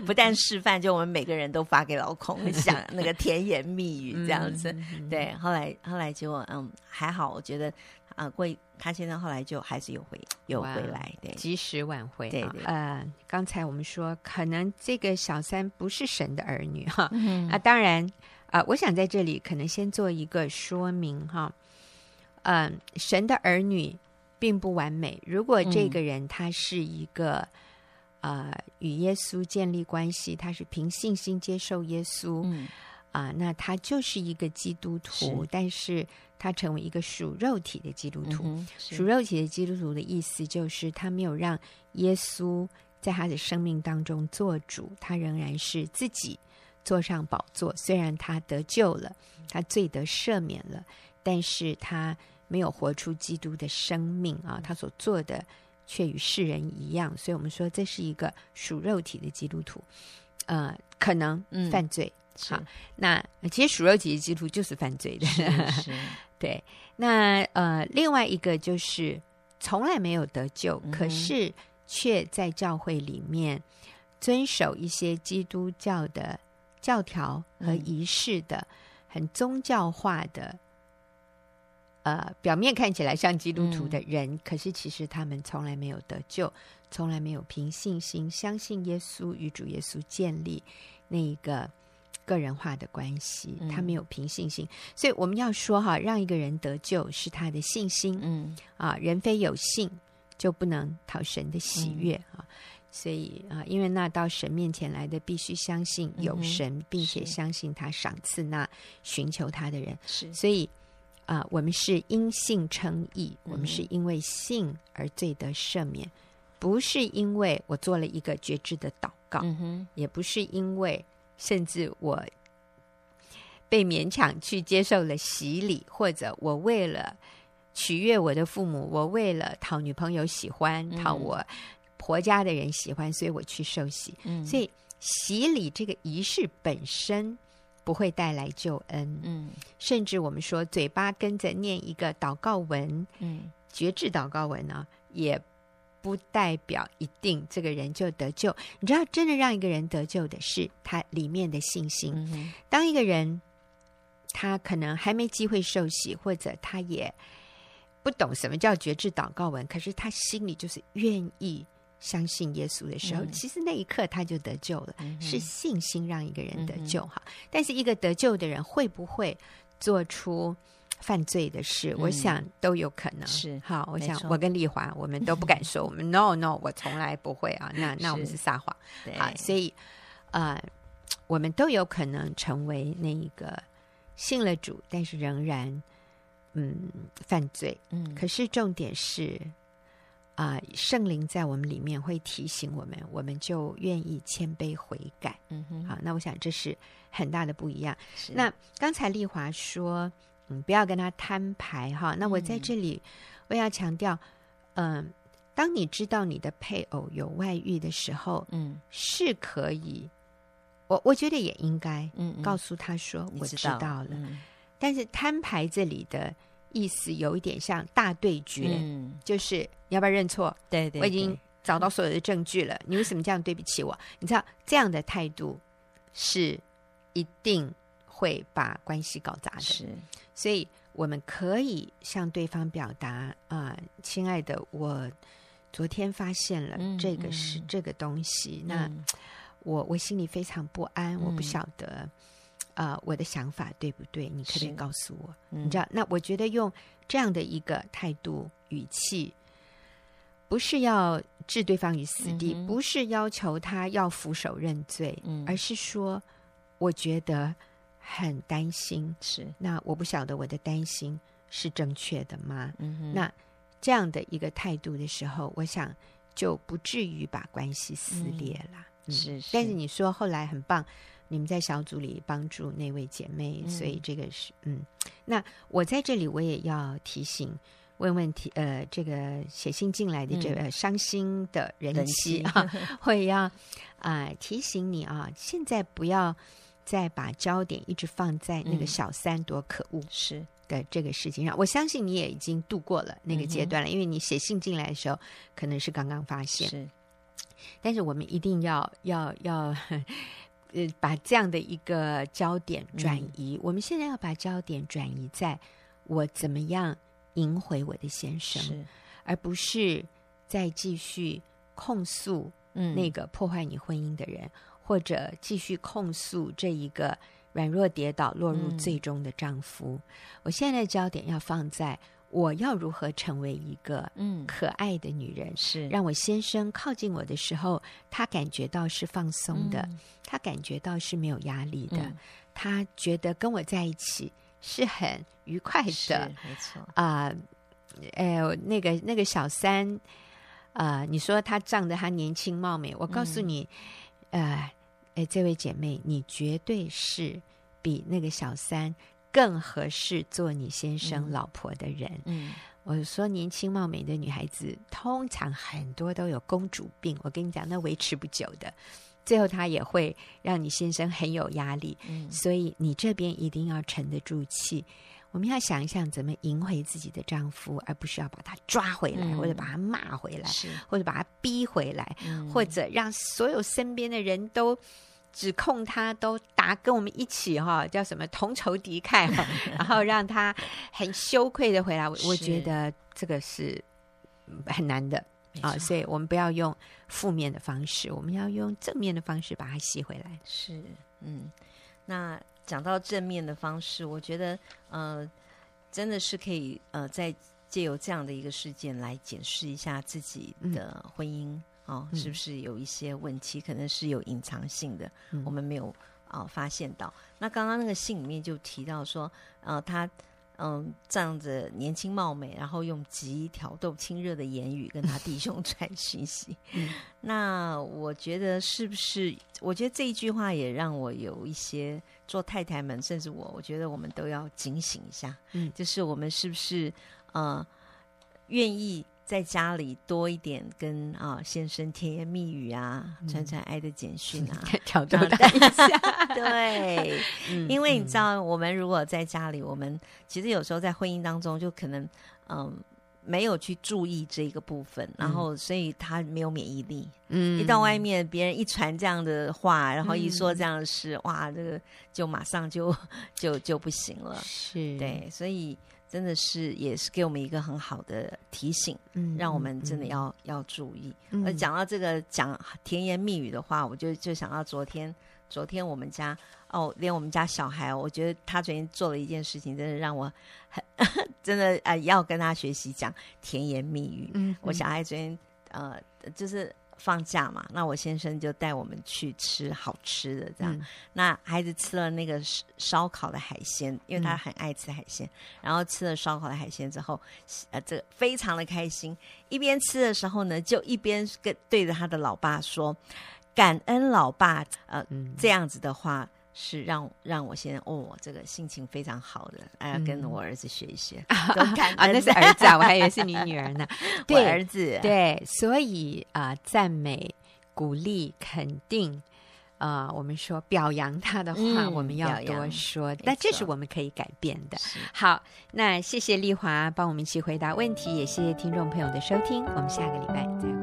[SPEAKER 2] 不但示范，就我们每个人都发给老公想那个甜言蜜语这样子。，
[SPEAKER 1] 嗯，
[SPEAKER 2] 对，后来后来结果嗯还好，我觉得啊、呃、过一他现在后来就还是有回有
[SPEAKER 1] 哇
[SPEAKER 2] 回来，对，
[SPEAKER 1] 及时挽回啊。
[SPEAKER 2] 对对
[SPEAKER 1] 呃，刚才我们说，可能这个小三不是神的儿女哈。
[SPEAKER 2] 嗯
[SPEAKER 1] 啊，当然啊、我想在这里可能先做一个说明哈。嗯、神的儿女并不完美。如果这
[SPEAKER 2] 嗯
[SPEAKER 1] 个人他是一个、呃与耶稣建立关系，他是凭信心接受耶稣，
[SPEAKER 2] 嗯
[SPEAKER 1] 啊，那他就是一个基督徒，
[SPEAKER 2] 是
[SPEAKER 1] 但是他成为一个属肉体的基督
[SPEAKER 2] 嗯
[SPEAKER 1] 徒。
[SPEAKER 2] 哼
[SPEAKER 1] 属
[SPEAKER 2] 是
[SPEAKER 1] 肉体的基督徒的意思就是他没有让耶稣在他的生命当中做主，他仍然是自己坐上宝座。虽然他得救了，他罪得赦免了，但是他没有活出基督的生命啊，他所做的却与世人一样。所以我们说这是一个属肉体的基督徒，呃，可能
[SPEAKER 2] 嗯
[SPEAKER 1] 犯罪。
[SPEAKER 2] 是
[SPEAKER 1] 好那其实属肉体的基督徒就是犯罪的，
[SPEAKER 2] 是是
[SPEAKER 1] 对，那呃，另外一个就是从来没有得救，
[SPEAKER 2] 嗯哼
[SPEAKER 1] 可是却在教会里面遵守一些基督教的教条和
[SPEAKER 2] 嗯
[SPEAKER 1] 仪式的、很宗教化的，呃，表面看起来像基督
[SPEAKER 2] 嗯
[SPEAKER 1] 徒的人，可是其实他们从来没有得救，从来没有凭信心相信耶稣与主耶稣建立那一个个人化的关系，
[SPEAKER 2] 嗯
[SPEAKER 1] 他没有凭信心。所以我们要说哈，让一个人得救是他的信心、
[SPEAKER 2] <laughs> 嗯
[SPEAKER 1] 啊，人非有信就不能讨神的喜悦、
[SPEAKER 2] 嗯
[SPEAKER 1] 啊。所以啊，因为那到神面前来的，必须相信有
[SPEAKER 2] 嗯哼
[SPEAKER 1] 神，并且
[SPEAKER 2] 是
[SPEAKER 1] 相信他赏赐那寻求他的人。
[SPEAKER 2] 是
[SPEAKER 1] 所以啊、我们是因信称义，我
[SPEAKER 2] 嗯
[SPEAKER 1] 们是因为信而罪得赦免，不是因为我做了一个觉知的祷告，
[SPEAKER 2] 嗯哼
[SPEAKER 1] 也不是因为甚至我被勉强去接受了洗礼，或者我为了取悦我的父母，我为了讨女朋友喜欢，讨
[SPEAKER 4] 嗯
[SPEAKER 1] 我婆家的人喜欢，所以我去受洗。
[SPEAKER 4] 嗯
[SPEAKER 1] 所以洗礼这个仪式本身不会带来救恩，
[SPEAKER 4] 嗯
[SPEAKER 1] 甚至我们说嘴巴跟着念一个祷告文、
[SPEAKER 4] 嗯
[SPEAKER 1] 绝志祷告文呢、也不代表一定这个人就得救。你知道，真的让一个人得救的是他里面的信心。
[SPEAKER 4] 嗯哼
[SPEAKER 1] 当一个人他可能还没机会受洗，或者他也不懂什么叫觉知祷告文，可是他心里就是愿意相信耶稣的时候，
[SPEAKER 4] 嗯
[SPEAKER 1] 其实那一刻他就得救了。
[SPEAKER 4] 嗯哼
[SPEAKER 1] 是信心让一个人得
[SPEAKER 4] 嗯哼
[SPEAKER 1] 救哈，但是一个得救的人会不会做出犯罪的事？我
[SPEAKER 4] 嗯
[SPEAKER 1] 想都有可能。
[SPEAKER 4] 是
[SPEAKER 1] 好，我
[SPEAKER 4] 没
[SPEAKER 1] 想
[SPEAKER 4] 错
[SPEAKER 1] 我跟丽华我们都不敢说，我们 no no，我从来不会啊。那那我们
[SPEAKER 4] 是
[SPEAKER 1] 是撒谎。
[SPEAKER 4] 对
[SPEAKER 1] 好，所以呃，我们都有可能成为那一个信了主，但是仍然嗯犯罪。
[SPEAKER 4] 嗯
[SPEAKER 1] 可是重点是啊、圣灵在我们里面会提醒我们，我们就愿意谦卑悔改。
[SPEAKER 4] 嗯哼
[SPEAKER 1] 好，那我想这是很大的不一样。
[SPEAKER 4] 是
[SPEAKER 1] 那刚才丽华说，嗯，不要跟他摊牌哈。那我在
[SPEAKER 4] 嗯
[SPEAKER 1] 这里，我要强调，嗯、当你知道你的配偶有外遇的时候，
[SPEAKER 4] 嗯
[SPEAKER 1] 是可以，我我觉得也应该
[SPEAKER 4] 嗯
[SPEAKER 1] 告
[SPEAKER 4] 诉
[SPEAKER 1] 诉他说、
[SPEAKER 4] 你
[SPEAKER 1] 我
[SPEAKER 4] 知
[SPEAKER 1] 道了，
[SPEAKER 4] 嗯
[SPEAKER 1] 但是摊牌这里的意思有一点像大对决，
[SPEAKER 4] 嗯
[SPEAKER 1] 就是你要不要认错？
[SPEAKER 4] 对对
[SPEAKER 1] 我已经找到所有的证据了，你为什么这样对不起我？你知道这样的态度是一定会把关系搞砸
[SPEAKER 4] 对
[SPEAKER 1] 的，
[SPEAKER 4] 是
[SPEAKER 1] 所以我们可以向对方表达啊、亲爱的，我昨天发现了
[SPEAKER 4] 嗯
[SPEAKER 1] 这个是、
[SPEAKER 4] 嗯
[SPEAKER 1] 这个东西，那。
[SPEAKER 4] 嗯
[SPEAKER 1] 我我心里非常不安，我不
[SPEAKER 4] 嗯
[SPEAKER 1] 晓得，呃，我的想法对不对？你可不可以
[SPEAKER 4] 是
[SPEAKER 1] 告诉我？
[SPEAKER 4] 你
[SPEAKER 2] 嗯
[SPEAKER 1] 你知道，那我觉得用这样的一个态度、语气，不是要置对方于死地，
[SPEAKER 4] 嗯哼
[SPEAKER 1] 不是要求他要俯首认罪，
[SPEAKER 4] 嗯
[SPEAKER 1] 而是说，我觉得很担心。
[SPEAKER 4] 是
[SPEAKER 1] 那我不晓得我的担心是正确的吗？
[SPEAKER 4] 嗯哼
[SPEAKER 1] 那这样的一个态度的时候，我想就不至于把关系撕
[SPEAKER 4] 嗯
[SPEAKER 1] 裂啦。嗯
[SPEAKER 4] 是
[SPEAKER 1] 但是你说后来很棒，你们在小组里帮助那位姐妹，
[SPEAKER 4] 嗯
[SPEAKER 1] 所以这个是嗯。那我在这里我也要提醒。问问题，呃，这个写信进来的这个伤心的人
[SPEAKER 4] 嗯人
[SPEAKER 1] 妻
[SPEAKER 4] 妻
[SPEAKER 1] 啊， <laughs> 我也要啊、提醒你啊，现在不要再把焦点一直放在那个
[SPEAKER 4] 嗯
[SPEAKER 1] 小三多可恶
[SPEAKER 4] 是
[SPEAKER 1] 的这个事情上。我相信你也已经度过了那个
[SPEAKER 4] 嗯
[SPEAKER 1] 阶
[SPEAKER 4] 哼
[SPEAKER 1] 段了，因为你写信进来的时候，可能是刚刚发现。
[SPEAKER 4] 是
[SPEAKER 1] 但是我们一定要要要，呃，把这样的一个焦点
[SPEAKER 4] 嗯
[SPEAKER 1] 转移。我们现在要把焦点转移在我怎么样赢回我的先生，
[SPEAKER 4] 是
[SPEAKER 1] 而不是再继续控诉
[SPEAKER 4] 嗯
[SPEAKER 1] 那个破坏你婚姻的人，或者继续控诉这一个软弱跌倒落入
[SPEAKER 4] 嗯
[SPEAKER 1] 最终的丈夫。我现在的焦点要放在我要如何成为一个
[SPEAKER 4] 嗯
[SPEAKER 1] 可爱的女人，
[SPEAKER 4] 是
[SPEAKER 1] 让我先生靠近我的时候，他感觉到是放松的，
[SPEAKER 4] 嗯
[SPEAKER 1] 他感觉到是没有压力的，
[SPEAKER 4] 嗯
[SPEAKER 1] 他觉得跟我在一起是很愉快
[SPEAKER 4] 是
[SPEAKER 1] 的
[SPEAKER 4] 没错
[SPEAKER 1] 啊、呃，那个那个小三，啊，你说他仗着他年轻貌美，我告诉
[SPEAKER 4] 嗯
[SPEAKER 1] 你，呃，哎，这位姐妹，你绝对是比那个小三更合适做你先生
[SPEAKER 4] 嗯
[SPEAKER 1] 老婆的人。
[SPEAKER 4] 嗯
[SPEAKER 1] 我说，年轻貌美的女孩子通常很多都有公主病。我跟你讲，那维持不久的，最后她也会让你先生很有压力。
[SPEAKER 4] 嗯
[SPEAKER 1] 所以你这边一定要沉得住气。我们要想一想怎么赢回自己的丈夫，而不是要把他抓回来，
[SPEAKER 4] 嗯
[SPEAKER 1] 或者把他骂回来，
[SPEAKER 4] 是
[SPEAKER 1] 或者把他逼回来，
[SPEAKER 4] 嗯
[SPEAKER 1] 或者让所有身边的人都指控他，都打跟我们一起哈、叫什么同仇敌 <laughs> 忾哈、然后让他很羞愧的回来。我我
[SPEAKER 4] 是
[SPEAKER 1] 觉得这个是嗯很难的
[SPEAKER 4] 没
[SPEAKER 1] 啊，
[SPEAKER 4] 错
[SPEAKER 1] 所以我们不要用负面的方式，我们要用正面的方式把它吸回来。
[SPEAKER 4] 是，嗯，那讲到正面的方式，我觉得，呃，真的是可以，呃，在借由这样的一个事件来检视一下自己
[SPEAKER 1] 嗯
[SPEAKER 4] 的婚姻，哦，是不是有一些问题，可能是有隐藏性的，
[SPEAKER 1] 嗯
[SPEAKER 4] 我们没有啊、呃发现到。那刚刚那个信里面就提到说，呃，他
[SPEAKER 2] 嗯，仗着年轻貌美，然后用极挑逗亲热的言语跟他弟兄 <laughs> 传讯息。那我觉得是不是？我觉得这一句话也让我有一些做太太们，甚至我，我觉得我们都要警醒一下，
[SPEAKER 1] 嗯
[SPEAKER 2] 就是我们是不是呃愿意在家里多一点跟啊、先生甜言蜜语啊，传传爱的简讯啊，
[SPEAKER 1] <laughs> 挑逗
[SPEAKER 2] 让
[SPEAKER 1] 他一下，
[SPEAKER 2] 对，
[SPEAKER 1] <laughs> 嗯
[SPEAKER 2] 因为你
[SPEAKER 1] 嗯
[SPEAKER 2] 知道，我们如果在家里，我们其实有时候在婚姻当中就可能，嗯，没有去注意这一个部分，然后所以他没有免疫力。
[SPEAKER 1] 嗯嗯
[SPEAKER 2] 一到外面，别人一传这样的话，然后一说这样的事，哇，这个就马上就就就不行了。
[SPEAKER 1] 是，
[SPEAKER 2] 对，所以真的是也是给我们一个很好的提醒，
[SPEAKER 1] 嗯，
[SPEAKER 2] 让我们真的
[SPEAKER 1] 嗯
[SPEAKER 2] 要、要注意。
[SPEAKER 1] 嗯
[SPEAKER 2] 呃，讲到这个讲甜言蜜语的话，我就就想到昨天，昨天我们家哦，连我们家小孩哦，我觉得他昨天做了一件事情，真的让我很 <laughs> 真的呃要跟他学习讲甜言蜜语。
[SPEAKER 1] 嗯，
[SPEAKER 2] 我小
[SPEAKER 1] 嗯
[SPEAKER 2] 孩昨天呃就是放假嘛，那我先生就带我们去吃好吃的这样，
[SPEAKER 1] 嗯
[SPEAKER 2] 那孩子吃了那个烧烧烤的海鲜，因为他
[SPEAKER 1] 嗯
[SPEAKER 2] 很爱吃海鲜，然后吃了烧烤的海鲜之后，呃，这个非常的开心。一边吃的时候呢，就一边跟对着他的老爸说：“感恩老爸。”呃，
[SPEAKER 1] 嗯
[SPEAKER 2] 这样子的话是让让我先哦，这个心情非常好的，哎、要
[SPEAKER 1] 嗯
[SPEAKER 2] 跟我儿子学一
[SPEAKER 1] <laughs>
[SPEAKER 2] 学，都感
[SPEAKER 1] 啊，
[SPEAKER 2] 恩 <laughs>
[SPEAKER 1] 那是儿子啊，我还以为是你女儿呢
[SPEAKER 2] 我。
[SPEAKER 1] <laughs> 对
[SPEAKER 2] 儿子，
[SPEAKER 1] 对，所以啊、赞美、鼓励、肯定。啊、我们说表扬他的话，
[SPEAKER 2] 嗯
[SPEAKER 1] 我们要
[SPEAKER 2] 表
[SPEAKER 1] 多
[SPEAKER 2] 扬
[SPEAKER 1] 说
[SPEAKER 2] 没，
[SPEAKER 1] 那这是
[SPEAKER 2] 错
[SPEAKER 1] 我们可以改变的。
[SPEAKER 2] 是
[SPEAKER 1] 好，那谢谢丽华帮我们一起回答问题，也谢谢听众朋友的收听，我们下个礼拜再会。